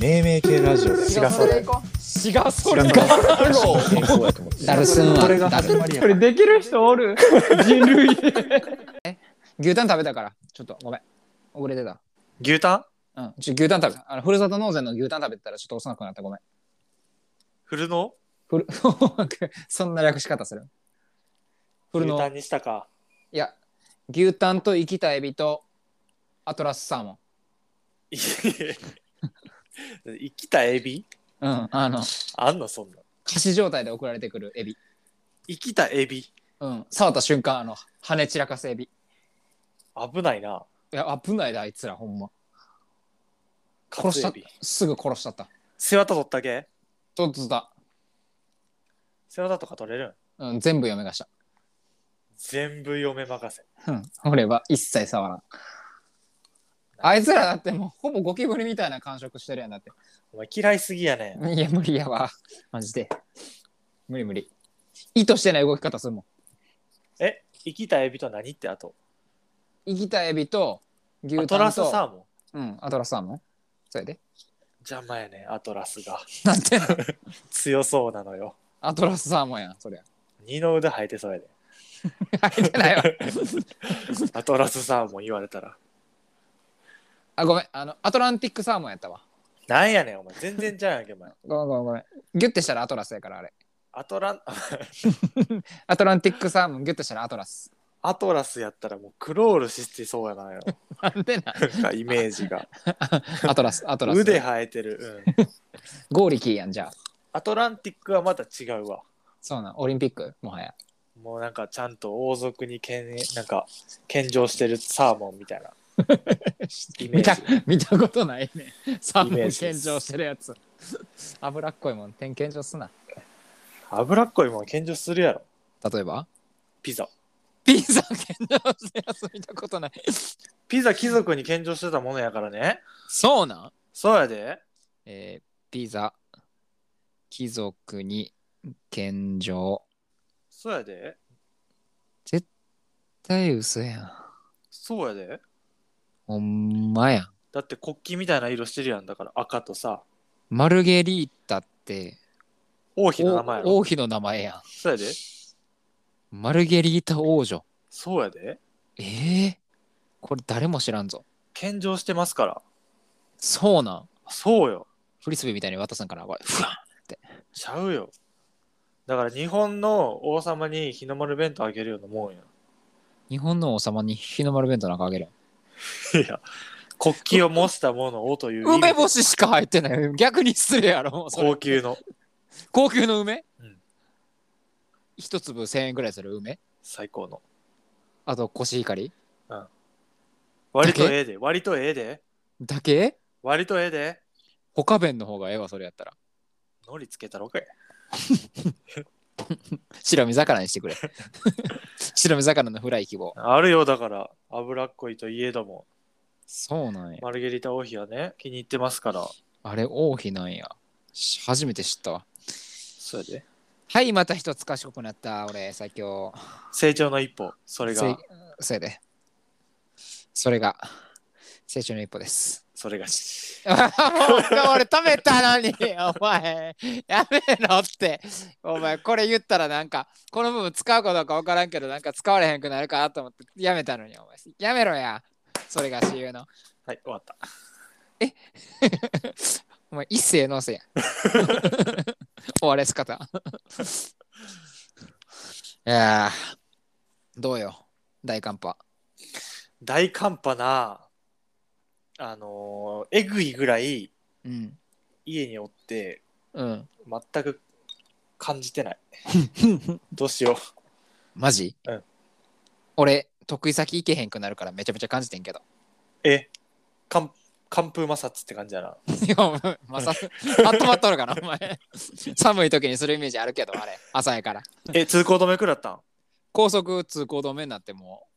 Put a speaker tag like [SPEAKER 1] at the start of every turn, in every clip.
[SPEAKER 1] 命名系ラジオだよ
[SPEAKER 2] 違うそれ行こ
[SPEAKER 3] 違うそれ
[SPEAKER 1] 違う
[SPEAKER 3] か
[SPEAKER 1] 健康やと思って
[SPEAKER 4] ダルスンは
[SPEAKER 2] これが
[SPEAKER 4] ダル
[SPEAKER 3] これできる人おる人類牛タン食べたからちょっとごめん遅れてた
[SPEAKER 2] う牛タン
[SPEAKER 3] うんちょ牛タン食べたあのふるさと納税の牛タン食べてたらちょっと幼くなったごめん
[SPEAKER 2] フルの
[SPEAKER 3] ふる そんな略し方するフル
[SPEAKER 5] 牛タ
[SPEAKER 3] の
[SPEAKER 5] ンにしたか
[SPEAKER 3] いや牛タンと生きたエビとアトラスサーモ
[SPEAKER 5] いえ生きたエビ
[SPEAKER 3] ンうんあの
[SPEAKER 5] あんのそんな
[SPEAKER 3] 仮死状態で送られてくるエビ
[SPEAKER 5] 生きたエビ
[SPEAKER 3] うん触った瞬間あの羽散らかすエビ
[SPEAKER 5] 危ないない
[SPEAKER 3] や危ないであいつらほんま
[SPEAKER 5] カツ
[SPEAKER 3] 殺
[SPEAKER 5] エ
[SPEAKER 3] した
[SPEAKER 5] ビ
[SPEAKER 3] すぐ殺しちゃった
[SPEAKER 5] 背わた取ったけ
[SPEAKER 3] ちょっとずつだ、
[SPEAKER 5] 背わたとか取れるん
[SPEAKER 3] うん、全部嫁がした
[SPEAKER 5] 全部嫁任せ
[SPEAKER 3] うん俺は一切触らんあいつらだってもうほぼゴキブリみたいな感触してるやんだって
[SPEAKER 5] お前嫌いすぎやねん
[SPEAKER 3] いや無理やわマジで無理無理意図してない動き方するもん
[SPEAKER 5] え生きたエビと何ってあと
[SPEAKER 3] 生きたエビと牛タン
[SPEAKER 5] ア
[SPEAKER 3] と
[SPEAKER 5] トラスサーモン
[SPEAKER 3] うんアトラスサーモンそれで
[SPEAKER 5] 邪魔やねんアトラスが
[SPEAKER 3] なん て
[SPEAKER 5] 強そうなのよ
[SPEAKER 3] アトラスサーモンやんそりゃ
[SPEAKER 5] 二の腕生えてそうやで
[SPEAKER 3] 入ってないわ
[SPEAKER 5] アトラスサーモン言われたら
[SPEAKER 3] あごめんあのアトランティックサーモンやったわ
[SPEAKER 5] なんやねんお前全然ちゃうやんけお前
[SPEAKER 3] ごめんごめんごめんギュッてしたらアトラスやからあれ
[SPEAKER 5] アトラン
[SPEAKER 3] アトランティックサーモンギュッとしたらアトラス
[SPEAKER 5] アトラスやったらもうクロールしてそうやなよ
[SPEAKER 3] なんでな
[SPEAKER 5] なんかイメージが
[SPEAKER 3] アトラスアトラス
[SPEAKER 5] 腕生えてる、うん、
[SPEAKER 3] ゴーリキーやんじゃあ
[SPEAKER 5] アトランティックはまた違うわ
[SPEAKER 3] そうなんオリンピックもはや
[SPEAKER 5] もうなんかちゃんと王族にけんなんか献上してるサーモンみた いなイメー
[SPEAKER 3] 見た
[SPEAKER 5] ジ
[SPEAKER 3] 見たことないねサーモン
[SPEAKER 5] イメージで
[SPEAKER 3] 献
[SPEAKER 5] す
[SPEAKER 3] 上してるやつ脂っこいもん点献上すな
[SPEAKER 5] 脂っこいもん献上するやろ
[SPEAKER 3] 例えば
[SPEAKER 5] ピザ
[SPEAKER 3] ピザ献上してるやつ見たことない
[SPEAKER 5] ピザ貴族に献上してたものやからね
[SPEAKER 3] そうなん
[SPEAKER 5] そうやで
[SPEAKER 3] えー、ピザ貴族に献上
[SPEAKER 5] そうやで
[SPEAKER 3] 絶対嘘やん
[SPEAKER 5] そうやで
[SPEAKER 3] ほんまやん
[SPEAKER 5] だって国旗みたいな色してるやんだから赤とさ
[SPEAKER 3] マルゲリータって
[SPEAKER 5] 王妃の名前や
[SPEAKER 3] お
[SPEAKER 5] ろ
[SPEAKER 3] 王妃の名前やん
[SPEAKER 5] そうやで
[SPEAKER 3] マルゲリータ王女
[SPEAKER 5] そうやで
[SPEAKER 3] えー、これ誰も知らんぞ
[SPEAKER 5] 献上してますから
[SPEAKER 3] そうなん
[SPEAKER 5] そうよ
[SPEAKER 3] フリスビーみたいに渡すんかなこれふわん
[SPEAKER 5] ちゃうよだから日本の王様に日の丸弁当あげるようなもんや
[SPEAKER 3] 日本の王様に日の丸弁当なんかあげる
[SPEAKER 5] いや、国旗を模したものをという意味で
[SPEAKER 3] 梅干ししか入ってない逆に失礼やろもうそれ
[SPEAKER 5] 高級の
[SPEAKER 3] 高級の梅、
[SPEAKER 5] うん
[SPEAKER 3] 一粒1000円ぐらいする梅
[SPEAKER 5] 最高の。
[SPEAKER 3] あとコシヒカリ
[SPEAKER 5] 割とええで、割とええで、
[SPEAKER 3] だけ
[SPEAKER 5] 割とええで、
[SPEAKER 3] 他弁の方がええわそれやったら
[SPEAKER 5] 海苔つけたろかい。
[SPEAKER 3] 白身魚にしてくれ白身魚のフライ希望
[SPEAKER 5] あるよ、だから、脂っこいといえども、
[SPEAKER 3] そうなんや
[SPEAKER 5] マルゲリータ王妃はね、気に入ってますから、
[SPEAKER 3] あれ王妃なんやし初めて知ったわ
[SPEAKER 5] そうやで。
[SPEAKER 3] はいまた一つ賢くなった俺最強
[SPEAKER 5] 成長の一歩、それが、
[SPEAKER 3] せそれでそれが成長の一歩です
[SPEAKER 5] それがし。
[SPEAKER 3] もう一回俺食べたのにお前やめろってお前これ言ったらなんかこの部分使うかどうか分からんけどなんか使われへんくなるかなと思ってやめたのにお前やめろやそれが私有の
[SPEAKER 5] はい、終わった。
[SPEAKER 3] お前一世のせや 終われす方いやーどうよ大寒波
[SPEAKER 5] 大寒波な、あのーえぐいぐらい
[SPEAKER 3] うん
[SPEAKER 5] 家におって、
[SPEAKER 3] うん
[SPEAKER 5] 全く感じて ない。どうしよう。
[SPEAKER 3] マジ、
[SPEAKER 5] うん
[SPEAKER 3] 俺得意先行けへんくなるからめちゃめちゃ感じてんけど
[SPEAKER 5] え、寒寒風摩擦って感じやな。
[SPEAKER 3] いや、お前ま さ、あったまっとるかな、お前。寒い時にするイメージあるけど、あれ、朝やから。
[SPEAKER 5] え、通行止め食らったん
[SPEAKER 3] 高速通行止めになっても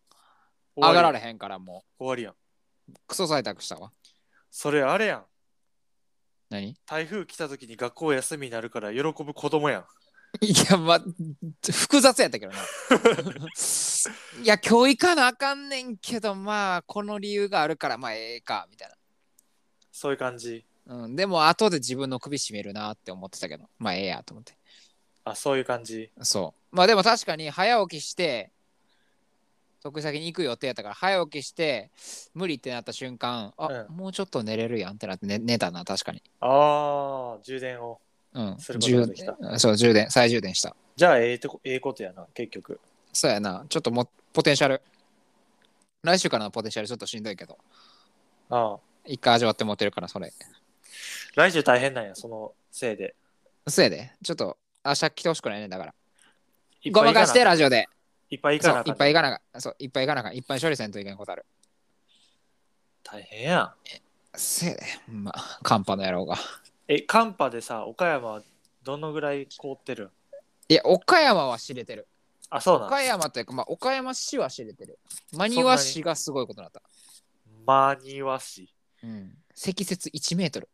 [SPEAKER 3] う、上がられへんから、も
[SPEAKER 5] 終わりやん。
[SPEAKER 3] う、クソ採択したわ。
[SPEAKER 5] それあれやん。
[SPEAKER 3] 何 い
[SPEAKER 5] 台風来た時に学校休みになるから喜ぶ子供やん。
[SPEAKER 3] や、ま、複雑やっ たけどな。いや、今日行かなあかんねんけど、まあ、この理由があるから、まあ、ええか、みたいな。
[SPEAKER 5] そういう感じ。
[SPEAKER 3] うん、でも後で自分の首絞めるなって思ってたけどまあええやと思って
[SPEAKER 5] あ、そういう感じ。
[SPEAKER 3] そうまあでも確かに早起きして得意先に行く予定やったから早起きして無理ってなった瞬間あ、もうちょっと寝れるやんってなって寝寝たな確かに
[SPEAKER 5] ああ、充電を。
[SPEAKER 3] うん
[SPEAKER 5] することが
[SPEAKER 3] 充
[SPEAKER 5] できた
[SPEAKER 3] そう充電再充電した
[SPEAKER 5] じゃあ、ええとこ、ええことやな、結局。
[SPEAKER 3] そうやなちょっともポテンシャル来週からのポテンシャルちょっとしんどいけど
[SPEAKER 5] ああ。
[SPEAKER 3] 一回味わって持ってるからそれ
[SPEAKER 5] 来週大変なんや、そのせいで。
[SPEAKER 3] そうやでちょっと明日来てほしくないねだから
[SPEAKER 5] いっぱい
[SPEAKER 3] ごま
[SPEAKER 5] 行か
[SPEAKER 3] か
[SPEAKER 5] な
[SPEAKER 3] してラジオで
[SPEAKER 5] いっぱい行
[SPEAKER 3] そ
[SPEAKER 5] か
[SPEAKER 3] う
[SPEAKER 5] なあ
[SPEAKER 3] い
[SPEAKER 5] か
[SPEAKER 3] っ
[SPEAKER 5] ん
[SPEAKER 3] ぱい行かながそういっぱい行かながいっぱい処理せんといけんことある
[SPEAKER 5] 大変やん。
[SPEAKER 3] せやでほんまあ寒波の野郎が
[SPEAKER 5] え、寒波でさ、岡山はどのぐらい凍ってる
[SPEAKER 3] いや岡山は知れてる
[SPEAKER 5] あ、そうなん
[SPEAKER 3] 岡山というか、まあ、岡山市は知れてる真庭市がすごいことになった
[SPEAKER 5] マニワ市。
[SPEAKER 3] うん積雪1メートル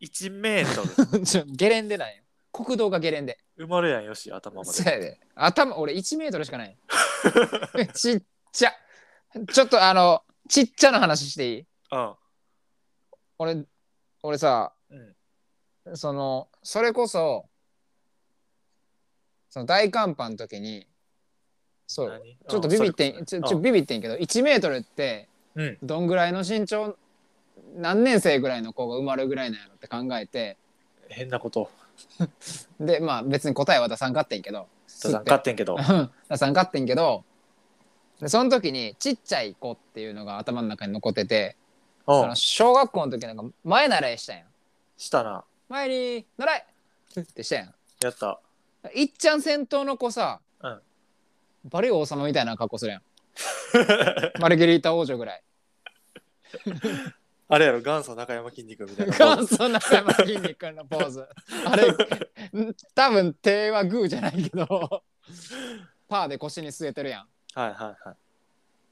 [SPEAKER 5] 1メートル。
[SPEAKER 3] ちょゲレンデなんよ国道がゲレンデ
[SPEAKER 5] 埋まるやん、よし、頭ま
[SPEAKER 3] そう
[SPEAKER 5] で。
[SPEAKER 3] やで。頭、俺1メートルしかない。 ちっちゃ。ちょっとあの、ちっちゃな話していい
[SPEAKER 5] うん。
[SPEAKER 3] 俺、俺さ、
[SPEAKER 5] うん
[SPEAKER 3] その、それこそ、その大寒波の時に、そう、
[SPEAKER 5] 何
[SPEAKER 3] ちょっとビビって、
[SPEAKER 5] うんん
[SPEAKER 3] ち
[SPEAKER 5] そ
[SPEAKER 3] ょ
[SPEAKER 5] れ
[SPEAKER 3] ちょビビってんけど、1メートルって、
[SPEAKER 5] うん
[SPEAKER 3] どんぐらいの身長、何年生ぐらいの子が生まれるぐらいなんやろって考えて、
[SPEAKER 5] 変なこと。
[SPEAKER 3] で、まあ別に答えは出さんかってんけど、
[SPEAKER 5] 出さんかってんけど。
[SPEAKER 3] うん 出さんかってんけどでその時にちっちゃい子っていうのが頭の中に残ってて
[SPEAKER 5] う
[SPEAKER 3] そ
[SPEAKER 5] ん
[SPEAKER 3] の。小学校の時なんか前習いしたやん
[SPEAKER 5] したな。
[SPEAKER 3] 前に習いってしたやん
[SPEAKER 5] やった。
[SPEAKER 3] いっちゃん先頭の子さ、
[SPEAKER 5] うん
[SPEAKER 3] バレエ王様みたいな格好するやんマルゲリータ王女ぐらい
[SPEAKER 5] あれやろ、元祖中山筋肉みたいな。
[SPEAKER 3] 元祖中山筋肉のポーズあれん多分手はグーじゃないけどパーで腰に据えてるやん
[SPEAKER 5] はいはいはい。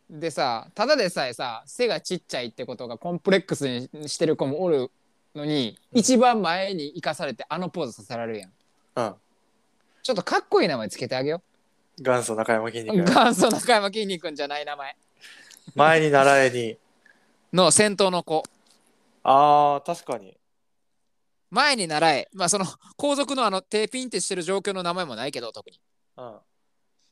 [SPEAKER 3] でさただでさえさ背がちっちゃいってことがコンプレックスにしてる子もおるのに、
[SPEAKER 5] うん
[SPEAKER 3] 一番前に生かされてあのポーズさせられるやん
[SPEAKER 5] うん。
[SPEAKER 3] ちょっとかっこいい名前つけてあげよ
[SPEAKER 5] 元祖中山筋
[SPEAKER 3] う
[SPEAKER 5] 肉。
[SPEAKER 3] 元祖中山きんに君じゃない名前
[SPEAKER 5] 前に習いに。
[SPEAKER 3] の先頭の子
[SPEAKER 5] ああ、確かに。
[SPEAKER 3] 前に習えまあその後続のあの手ピンってしてる状況の名前もないけど特に
[SPEAKER 5] うん。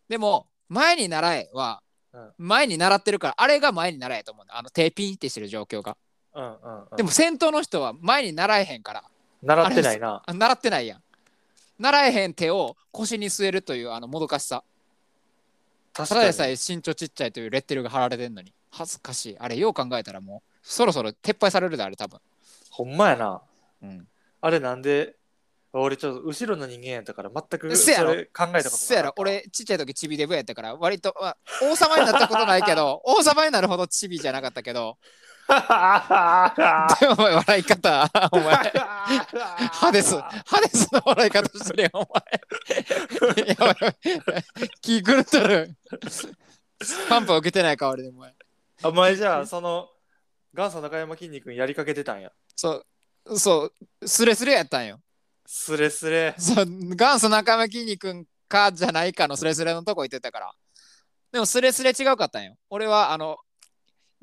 [SPEAKER 3] でも前に習えは
[SPEAKER 5] うん
[SPEAKER 3] 前に習ってるからあれが前に習えと思うんだあの手ピンってしてる状況が
[SPEAKER 5] うんうん、うん。
[SPEAKER 3] でも、先頭の人は前に習えへんから
[SPEAKER 5] 習ってないな。
[SPEAKER 3] あ習ってないやん習えへん手を腰に据えるというあのもどかしさ
[SPEAKER 5] 確
[SPEAKER 3] ただ
[SPEAKER 5] か
[SPEAKER 3] で
[SPEAKER 5] に。
[SPEAKER 3] さえ身長ちっちゃいというレッテルが貼られてんのに恥ずかしいあれよう考えたらもうそろそろ撤廃されるであれ多分、
[SPEAKER 5] ほんまやな。
[SPEAKER 3] うん、
[SPEAKER 5] あれなんで、俺ちょっと後ろの人間やったから全くそ
[SPEAKER 3] せやろ
[SPEAKER 5] れ考えたことなかった。
[SPEAKER 3] そやろ。俺ちっちゃい時チビデブやったから割と、まあ王様になったことないけど 王様になるほどチビじゃなかったけどで もお前笑 い方お前ハデス、ハデスの笑い方してるよ、お前。やばいやばい。気狂っとる。パンパ受けてないか、俺でも。お前
[SPEAKER 5] お前じゃあ、その、元祖中山筋肉にやりかけてたんや。
[SPEAKER 3] そう、そう、スレスレやったんよ。
[SPEAKER 5] スレスレ。
[SPEAKER 3] そう、元祖中山きんに君かじゃないかのスレスレのとこ行ってたから。でもスレスレ違うかったんよ。俺は、あの、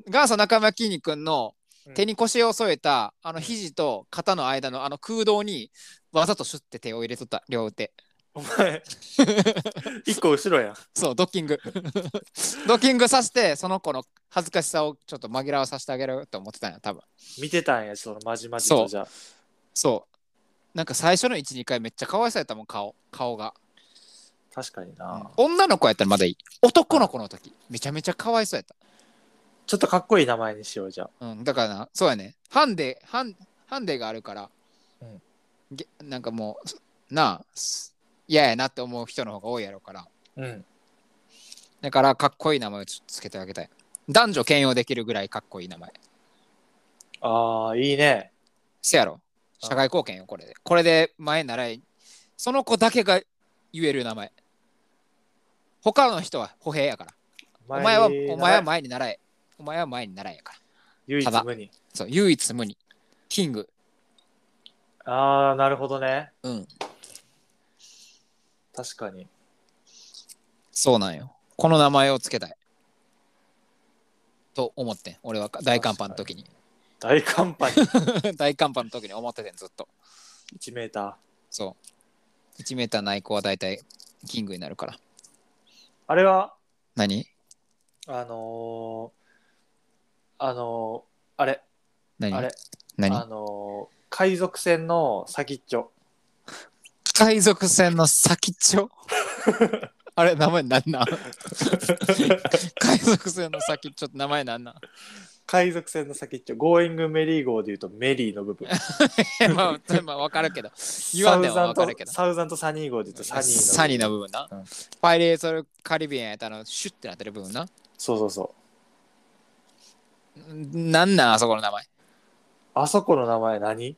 [SPEAKER 3] 元祖中山きんに君の手に腰を添えた、あの肘と肩の間のあの空洞に、わざとシュッて手を入れとった、両手。
[SPEAKER 5] お前、一個後ろやん。
[SPEAKER 3] そう、ドッキング。 ドッキングさせて、その子の恥ずかしさをちょっと紛らわさせてあげると思ってたんや、多分。
[SPEAKER 5] 見てたんや、そのまじまじ
[SPEAKER 3] そ
[SPEAKER 5] と
[SPEAKER 3] う
[SPEAKER 5] じゃあ。
[SPEAKER 3] そう。なんか最初の1、2回めっちゃ可愛さやったもん、顔。顔が。
[SPEAKER 5] 確かにな。
[SPEAKER 3] 女の子やったらまだいい。男の子の時、めちゃめちゃ可愛そうやっ
[SPEAKER 5] ちょっとかっこいい名前にしようじゃあ。
[SPEAKER 3] た。うん、だからな、そうやね。ハンデ、ハン、ハンデがあるから、
[SPEAKER 5] うん
[SPEAKER 3] げなんかもう、なあ、す嫌ややなって思う人の方が多いやろうから。
[SPEAKER 5] うん。
[SPEAKER 3] だから、かっこいい名前をつつけてあげたい。男女兼用できるぐらいかっこいい名前。
[SPEAKER 5] ああ、いいね。
[SPEAKER 3] せやろ。
[SPEAKER 5] うん
[SPEAKER 3] 社会貢献よ、これで。これで前ならい。その子だけが言える名前。他の人は歩兵やから。
[SPEAKER 5] お
[SPEAKER 3] お前は、お前は前にならえ。お前は前にならえやから。
[SPEAKER 5] 唯
[SPEAKER 3] ただ
[SPEAKER 5] 一無二。
[SPEAKER 3] そう、唯一無二。キング。
[SPEAKER 5] ああ、なるほどね。
[SPEAKER 3] うん。
[SPEAKER 5] 確かに。
[SPEAKER 3] そうなんよ。この名前をつけたい。と思ってん俺は大寒波の時に。
[SPEAKER 5] 大寒波に
[SPEAKER 3] 大寒波の時に思っててんずっと
[SPEAKER 5] 1メーター。
[SPEAKER 3] そう1メーターない子は大体キングになるから
[SPEAKER 5] あれは、
[SPEAKER 3] 何
[SPEAKER 5] あのー、あのー、あれ、
[SPEAKER 3] 何
[SPEAKER 5] あれ、あ
[SPEAKER 3] 何
[SPEAKER 5] のー、海賊船の先っちょ。
[SPEAKER 3] 海賊船の先っち ょあれ名前なん なん海賊船の先っちょって名前なんなん
[SPEAKER 5] 海賊船の先っちょ。Going メリーゴーで言うとメリーの部分。
[SPEAKER 3] まあまあ分かるけど言わんでもわかるけど
[SPEAKER 5] サウザンとサウザンとサニー号で言うとサニーの部分。
[SPEAKER 3] サニーの部分な、
[SPEAKER 5] うん
[SPEAKER 3] パイレーツ・カリビアンやったらシュッてなってる部分な
[SPEAKER 5] そうそうそう。
[SPEAKER 3] んなんなんあそこの名前
[SPEAKER 5] あそこの名前何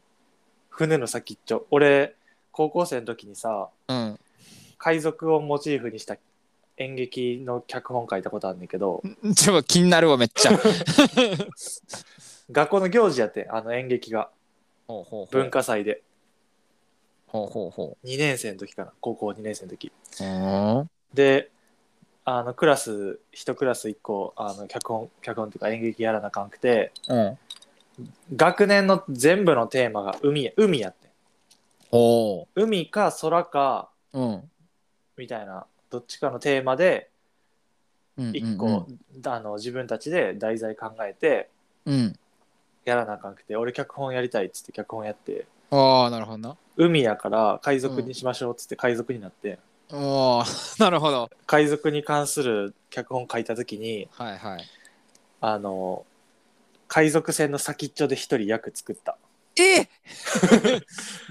[SPEAKER 5] 船の先っちょ。俺、高校生の時にさ、
[SPEAKER 3] うん
[SPEAKER 5] 海賊をモチーフにした演劇の脚本書いたことあるんだけど、
[SPEAKER 3] ちょっと気になるわめっ ちゃ
[SPEAKER 5] 学校の行事やってんあの演劇が
[SPEAKER 3] ほうほうほう
[SPEAKER 5] 文化祭で
[SPEAKER 3] ほうほうほ
[SPEAKER 5] 2年生の時かな高校2年生の時
[SPEAKER 3] ううん
[SPEAKER 5] であのクラス1クラス1個あの脚本脚本っていうか演劇やらなあかんくて
[SPEAKER 3] うん
[SPEAKER 5] 学年の全部のテーマが海や海やってん
[SPEAKER 3] ほ
[SPEAKER 5] 海か空か
[SPEAKER 3] ううん
[SPEAKER 5] みたいなどっちかのテーマで
[SPEAKER 3] うん
[SPEAKER 5] 1個、あの自分たちで題材考えて
[SPEAKER 3] うん、うん、
[SPEAKER 5] やらなあかんくて俺脚本やりたいっつって脚本やって
[SPEAKER 3] ああなるほどな
[SPEAKER 5] 海やから海賊にしましょうっつって海賊になって、
[SPEAKER 3] ああ なるほど
[SPEAKER 5] 海賊に関する脚本書いた時に
[SPEAKER 3] はいはい
[SPEAKER 5] あの海賊船の先っちょで一人役作った
[SPEAKER 3] え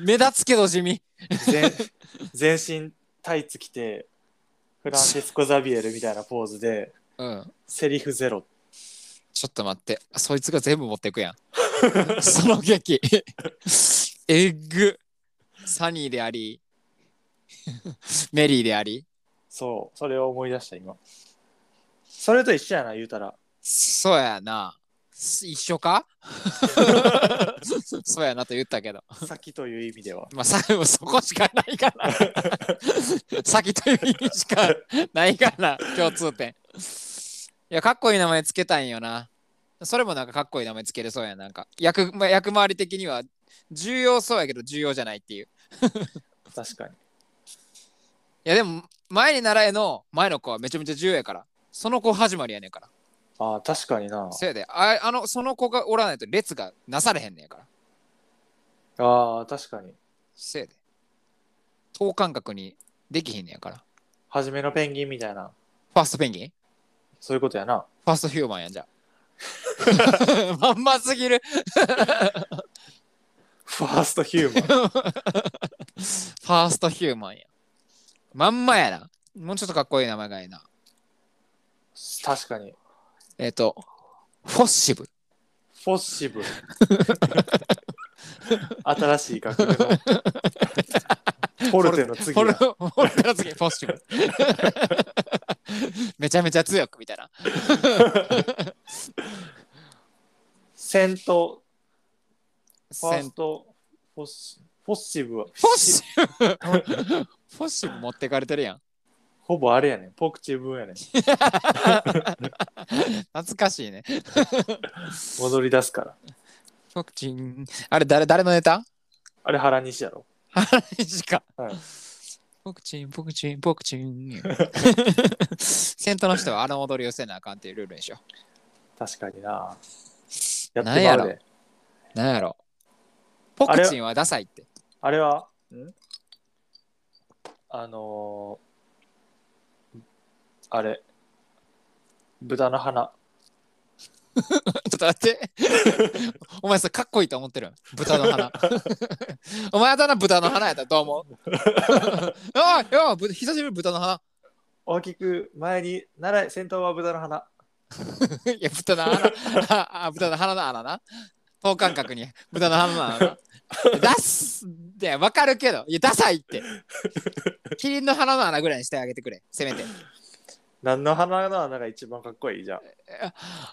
[SPEAKER 3] 目立つけど地味
[SPEAKER 5] 全全身タイツ着てフランシスコ・ザビエルみたいなポーズで
[SPEAKER 3] うん
[SPEAKER 5] セリフゼロ
[SPEAKER 3] ちょっと待ってそいつが全部持ってくや んその劇えっぐサニーでありメリーであり
[SPEAKER 5] そうそれを思い出した今それと一緒やな言うたら
[SPEAKER 3] そうやなす一緒 かそうやなと言ったけど
[SPEAKER 5] 先という意味で は
[SPEAKER 3] まあ、最後そこしかないから先という意味しかないから共通点いやかっこいい名前つけたいんよなそれもなんかかっこいい名前つけれそうやんなんか役,、まあ、役回り的には重要そうやけど重要じゃないっていうい
[SPEAKER 5] 確かに
[SPEAKER 3] やでも前に習えの前の子はめちゃめちゃ重要やからその子始まりやねんから
[SPEAKER 5] ああ確かにな
[SPEAKER 3] せやでああのその子がおらないと列がなされへんねんから
[SPEAKER 5] ああ確かに
[SPEAKER 3] せやで等間隔にできひんねんから
[SPEAKER 5] 初めのペンギンみたいな
[SPEAKER 3] ファーストペンギン
[SPEAKER 5] そういうことやな
[SPEAKER 3] ファーストヒューマンやんじゃあ。まんますぎる。
[SPEAKER 5] ファーストヒューマン
[SPEAKER 3] ファーストヒューマンや。まんまやな。もうちょっとかっこいい名前がいいな。
[SPEAKER 5] 確かに
[SPEAKER 3] えっ、と、フォッシブ。
[SPEAKER 5] フォッシブル 新しい学部の ポルテの次
[SPEAKER 3] フォル
[SPEAKER 5] や
[SPEAKER 3] フォルテの次、フォッシブ。 めちゃめちゃ強くみたいな。
[SPEAKER 5] 戦闘ファー
[SPEAKER 3] セン
[SPEAKER 5] ストフォッシフォッシブは
[SPEAKER 3] フォッシブ。フォッシブ持ってかれてるやん。
[SPEAKER 5] ほぼあれやねんポクチブやねん
[SPEAKER 3] 懐かしいね。
[SPEAKER 5] 戻り出すから
[SPEAKER 3] フォクチン。あれ誰、誰のネタ
[SPEAKER 5] あれ原西やろ
[SPEAKER 3] マジか
[SPEAKER 5] はい。
[SPEAKER 3] ポクチン、ポクチン、ポクチン。 先頭の人はあの踊りをせなあかんっていうルールでしょ。
[SPEAKER 5] 確かになやって
[SPEAKER 3] なんや
[SPEAKER 5] まう
[SPEAKER 3] ろ
[SPEAKER 5] で
[SPEAKER 3] なんやろ。ポクチンはダサいって。
[SPEAKER 5] あれはんあのー、あれ豚の鼻
[SPEAKER 3] ちょっと待って。 お前さ、かっこいいと思ってる。豚の鼻。 お前あだな豚の鼻やったらどう思う ああ、ようぶ久しぶり豚の鼻。
[SPEAKER 5] 大きく前に習い先頭は豚の鼻
[SPEAKER 3] いや、豚の鼻。ああ、豚の鼻の 穴な。等間隔に豚の鼻の穴な。 出すってわかるけど、いや、ダサいって。キリンの鼻の穴ぐらいにしてあげてくれ、せめて。
[SPEAKER 5] 何の花の穴が一番かっこいいじゃん。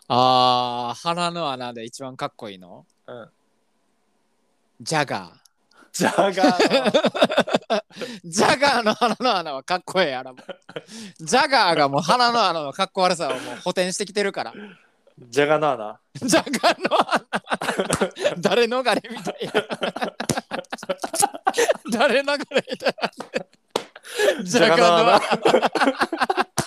[SPEAKER 3] あー、鼻の穴で一番かっこいいの
[SPEAKER 5] うん。
[SPEAKER 3] ジャガー。
[SPEAKER 5] ジャガ ーの
[SPEAKER 3] ジャガーの鼻の穴はかっこええやろ。もうジャガーがもう鼻の穴のかっこ悪さをもう補填してきてるから。
[SPEAKER 5] じゃがなーな。
[SPEAKER 3] じゃがの穴誰逃れみたいな誰流れみたいなじゃがの穴
[SPEAKER 5] ーな。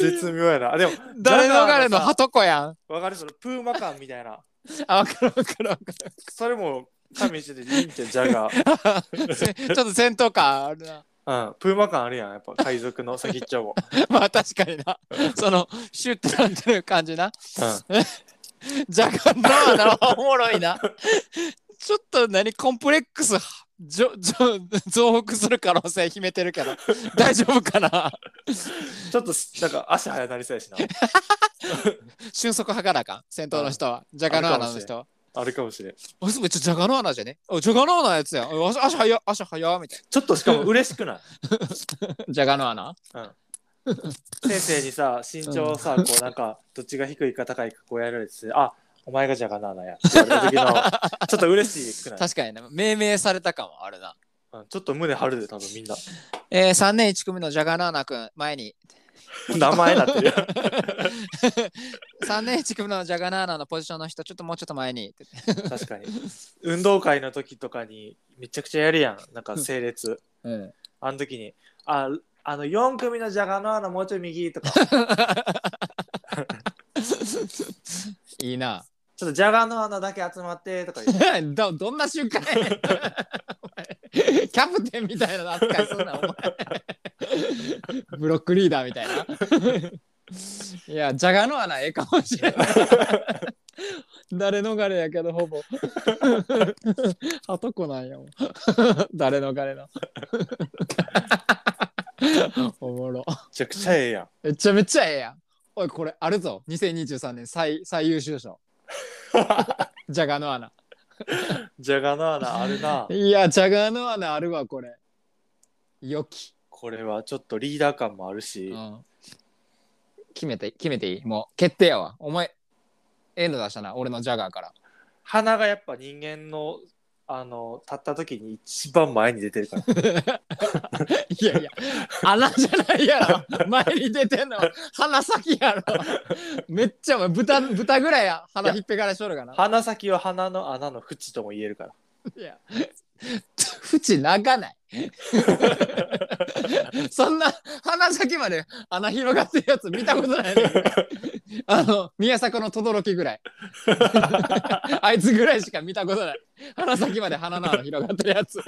[SPEAKER 5] 絶妙やな。あでも、
[SPEAKER 3] 誰逃れ
[SPEAKER 5] ジャガーナ
[SPEAKER 3] の
[SPEAKER 5] さ
[SPEAKER 3] ハトコやん
[SPEAKER 5] わかるそのプーマ感みたいな。
[SPEAKER 3] あわかるわかるわか
[SPEAKER 5] それも加味してて、忍者ジャガ
[SPEAKER 3] るせちょっと戦闘感あるな
[SPEAKER 5] ー。うん、プーマ感あるやん、やっぱ海賊の先っちょ も。
[SPEAKER 3] まあ確かになそのシュッてなってる感じな
[SPEAKER 5] う、
[SPEAKER 3] じゃがの穴 はおもろいなちょっと何コンプレックスじょじょ増幅する可能性秘めてるけど 大丈夫かなん
[SPEAKER 5] ちょっとなんか足早なりそうやしな。
[SPEAKER 3] 俊足はかなあかん戦闘の人はじゃがの穴の人は
[SPEAKER 5] あるかもしれん。
[SPEAKER 3] おすごいちょじゃがの穴じゃねおじゃがの穴やつやんお足足早っ足早っみたい
[SPEAKER 5] ちょっとしかも嬉しくない。
[SPEAKER 3] なじゃがの穴
[SPEAKER 5] 先生にさ、身長をさ、こうなんか、どっちが低いか高いかこうやられてて、あお前がじゃがなーなやって言われた時の、ちょっと嬉しくない、
[SPEAKER 3] 確かにね命名された感はあるな
[SPEAKER 5] うんちょっと胸張るで、多分みんな。
[SPEAKER 3] えー、3年1組のじゃがの穴くん前に
[SPEAKER 5] 名前なってる。
[SPEAKER 3] 3年1組のジャガナーナのポジションの人、ちょっともうちょっと前に。
[SPEAKER 5] 確かに。運動会の時とかにめちゃくちゃやるやん。なんか整列。
[SPEAKER 3] うん、
[SPEAKER 5] あの時に、あ、あの4組のジャガの穴もうちょい右とか、
[SPEAKER 3] いいな。
[SPEAKER 5] ちょっとジャガの穴だけ集まってとか言う。
[SPEAKER 3] どどんな瞬間やねんお前キャプテンみたいなの扱いすんな、お前。ブロックリーダーみたいな。いや、ジャガの穴ええかもしれない。誰逃れやけど、ほぼ。あとこなんやもん。誰逃れの。おもろ。
[SPEAKER 5] めちゃくちゃええやん。
[SPEAKER 3] めちゃめちゃええやん。おい、これあるぞ。2023年最最優秀賞。ジャガの穴。
[SPEAKER 5] ジャガの穴あるな。
[SPEAKER 3] いや、ジャガの穴あるわ、これ。良き。
[SPEAKER 5] これはちょっとリーダー感もあるし、
[SPEAKER 3] うん。決めて、決めていいもう決定やわ。お前、ええの出したな、俺のジャガーから。
[SPEAKER 5] 鼻がやっぱ人間の、あの、立った時に一番前に出てる から。
[SPEAKER 3] いやいや、穴じゃないやろ。前に出てんのは鼻先やろ。めっちゃお前、豚、豚ぐらいや。鼻ひっぺからしとるかな。
[SPEAKER 5] 鼻先は鼻の穴の縁とも言えるから。
[SPEAKER 3] いや、縁泣か ない。そんな鼻先まで穴広がってるやつ見たこと ないね。あの、宮迫の轟ぐら い。あいつぐらいしか見たことない。鼻先まで鼻の穴広がってるや つ。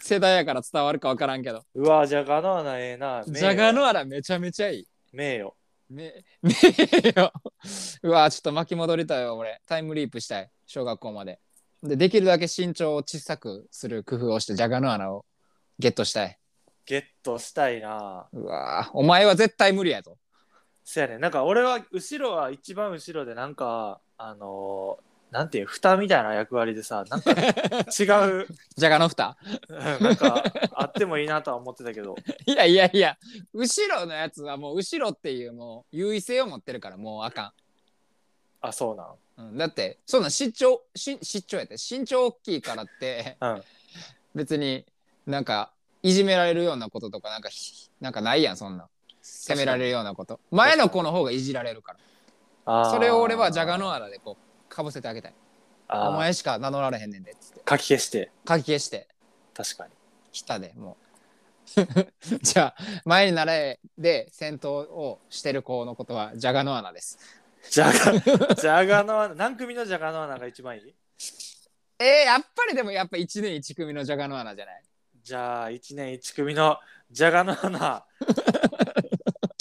[SPEAKER 3] 世代やから伝わるか分からんけど。
[SPEAKER 5] うわ、ジャガの穴ええな。名誉
[SPEAKER 3] じゃがの穴めちゃめちゃいい。
[SPEAKER 5] 名誉。
[SPEAKER 3] め、めよ。うわ、ちょっと巻き戻りたいわ、俺。タイムリープしたい。小学校まで。で、できるだけ身長を小さくする工夫をして、ジャガの穴をゲットしたい。
[SPEAKER 5] ゲットしたいな。
[SPEAKER 3] うわお前は絶対無理やぞ。
[SPEAKER 5] そやねんなんか俺は後ろは一番後ろでなんかあのーなんていう蓋みたいな役割でさ なんか違う
[SPEAKER 3] ジャガの蓋。
[SPEAKER 5] うんなんかあってもいいなとは思ってたけど
[SPEAKER 3] いやいやいや、後ろのやつはもう後ろっていうもう優位性を持ってるから、もうあか
[SPEAKER 5] あそうなん
[SPEAKER 3] ん。うん、だって、そんな身長、し身長やって、身長大きいからって、
[SPEAKER 5] うん
[SPEAKER 3] 別になんか、いじめられるようなこととか、なんかひ、なんかないやん、そんなん。責められるようなこと前の子の方がいじられるか
[SPEAKER 5] あ
[SPEAKER 3] ら
[SPEAKER 5] ー
[SPEAKER 3] それを俺はジャガノアラでこうかぶせてあげたい
[SPEAKER 5] あ
[SPEAKER 3] お
[SPEAKER 5] お
[SPEAKER 3] 前しか名乗られへんねんでっつって
[SPEAKER 5] 書き消して
[SPEAKER 3] 書き消して
[SPEAKER 5] 確かに
[SPEAKER 3] 下でもう じゃあ前に習えで戦闘をしてる子のことはジャガノアナです
[SPEAKER 5] ジャガ ジャガの穴何組のジャガの穴が一番いい
[SPEAKER 3] えー、やっぱりでもやっぱ1年1組のジャガノアナじゃない
[SPEAKER 5] じゃあ1年1組のジャガの 穴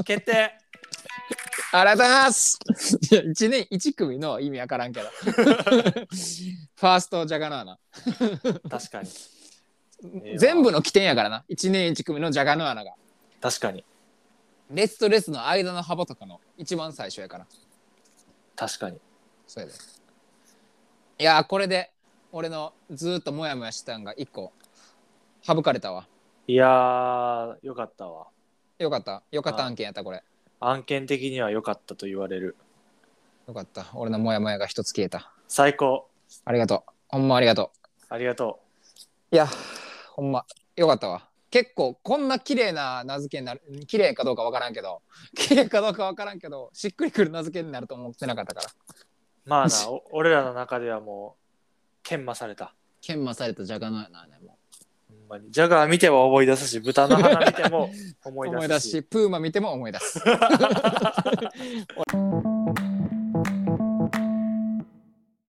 [SPEAKER 5] 決定
[SPEAKER 3] ありがとうございます いや !1 年1組の意味わからんけど。 ファーストジャガノアナ。
[SPEAKER 5] 確かにいいわ
[SPEAKER 3] 全部の起点やからな。1年1組のジャガノアナが。
[SPEAKER 5] 確かに
[SPEAKER 3] レスとレスの間の幅とかの一番最初やから。
[SPEAKER 5] 確かに
[SPEAKER 3] それで。いやー、これで俺のずーっとモヤモヤしてたんが一個省かれたわ。
[SPEAKER 5] いやーよかったわ
[SPEAKER 3] よかった。よかった案件やった、これ。
[SPEAKER 5] 案件的には良かったと言われる
[SPEAKER 3] よかった。俺のモヤモヤが一つ消えた。
[SPEAKER 5] 最高
[SPEAKER 3] ありがとう。ほんまありがと
[SPEAKER 5] ありがと
[SPEAKER 3] う。いや、ほんま。よかったわ。結構こんな綺麗な名付けになる綺麗かどうかわからんけど綺麗かどうかわからんけどしっくりくる名付けになると思ってなかったから
[SPEAKER 5] まあ な、お俺らの中ではもう、研磨された。
[SPEAKER 3] 研磨されたじゃがのやなねも
[SPEAKER 5] ほんまに。ジャガー見ては思い出すし、豚の鼻見ても
[SPEAKER 3] う
[SPEAKER 5] 思い
[SPEAKER 3] 思い
[SPEAKER 5] 出
[SPEAKER 3] 出
[SPEAKER 5] す
[SPEAKER 3] す
[SPEAKER 5] し。
[SPEAKER 3] しプーマ見ても思い出す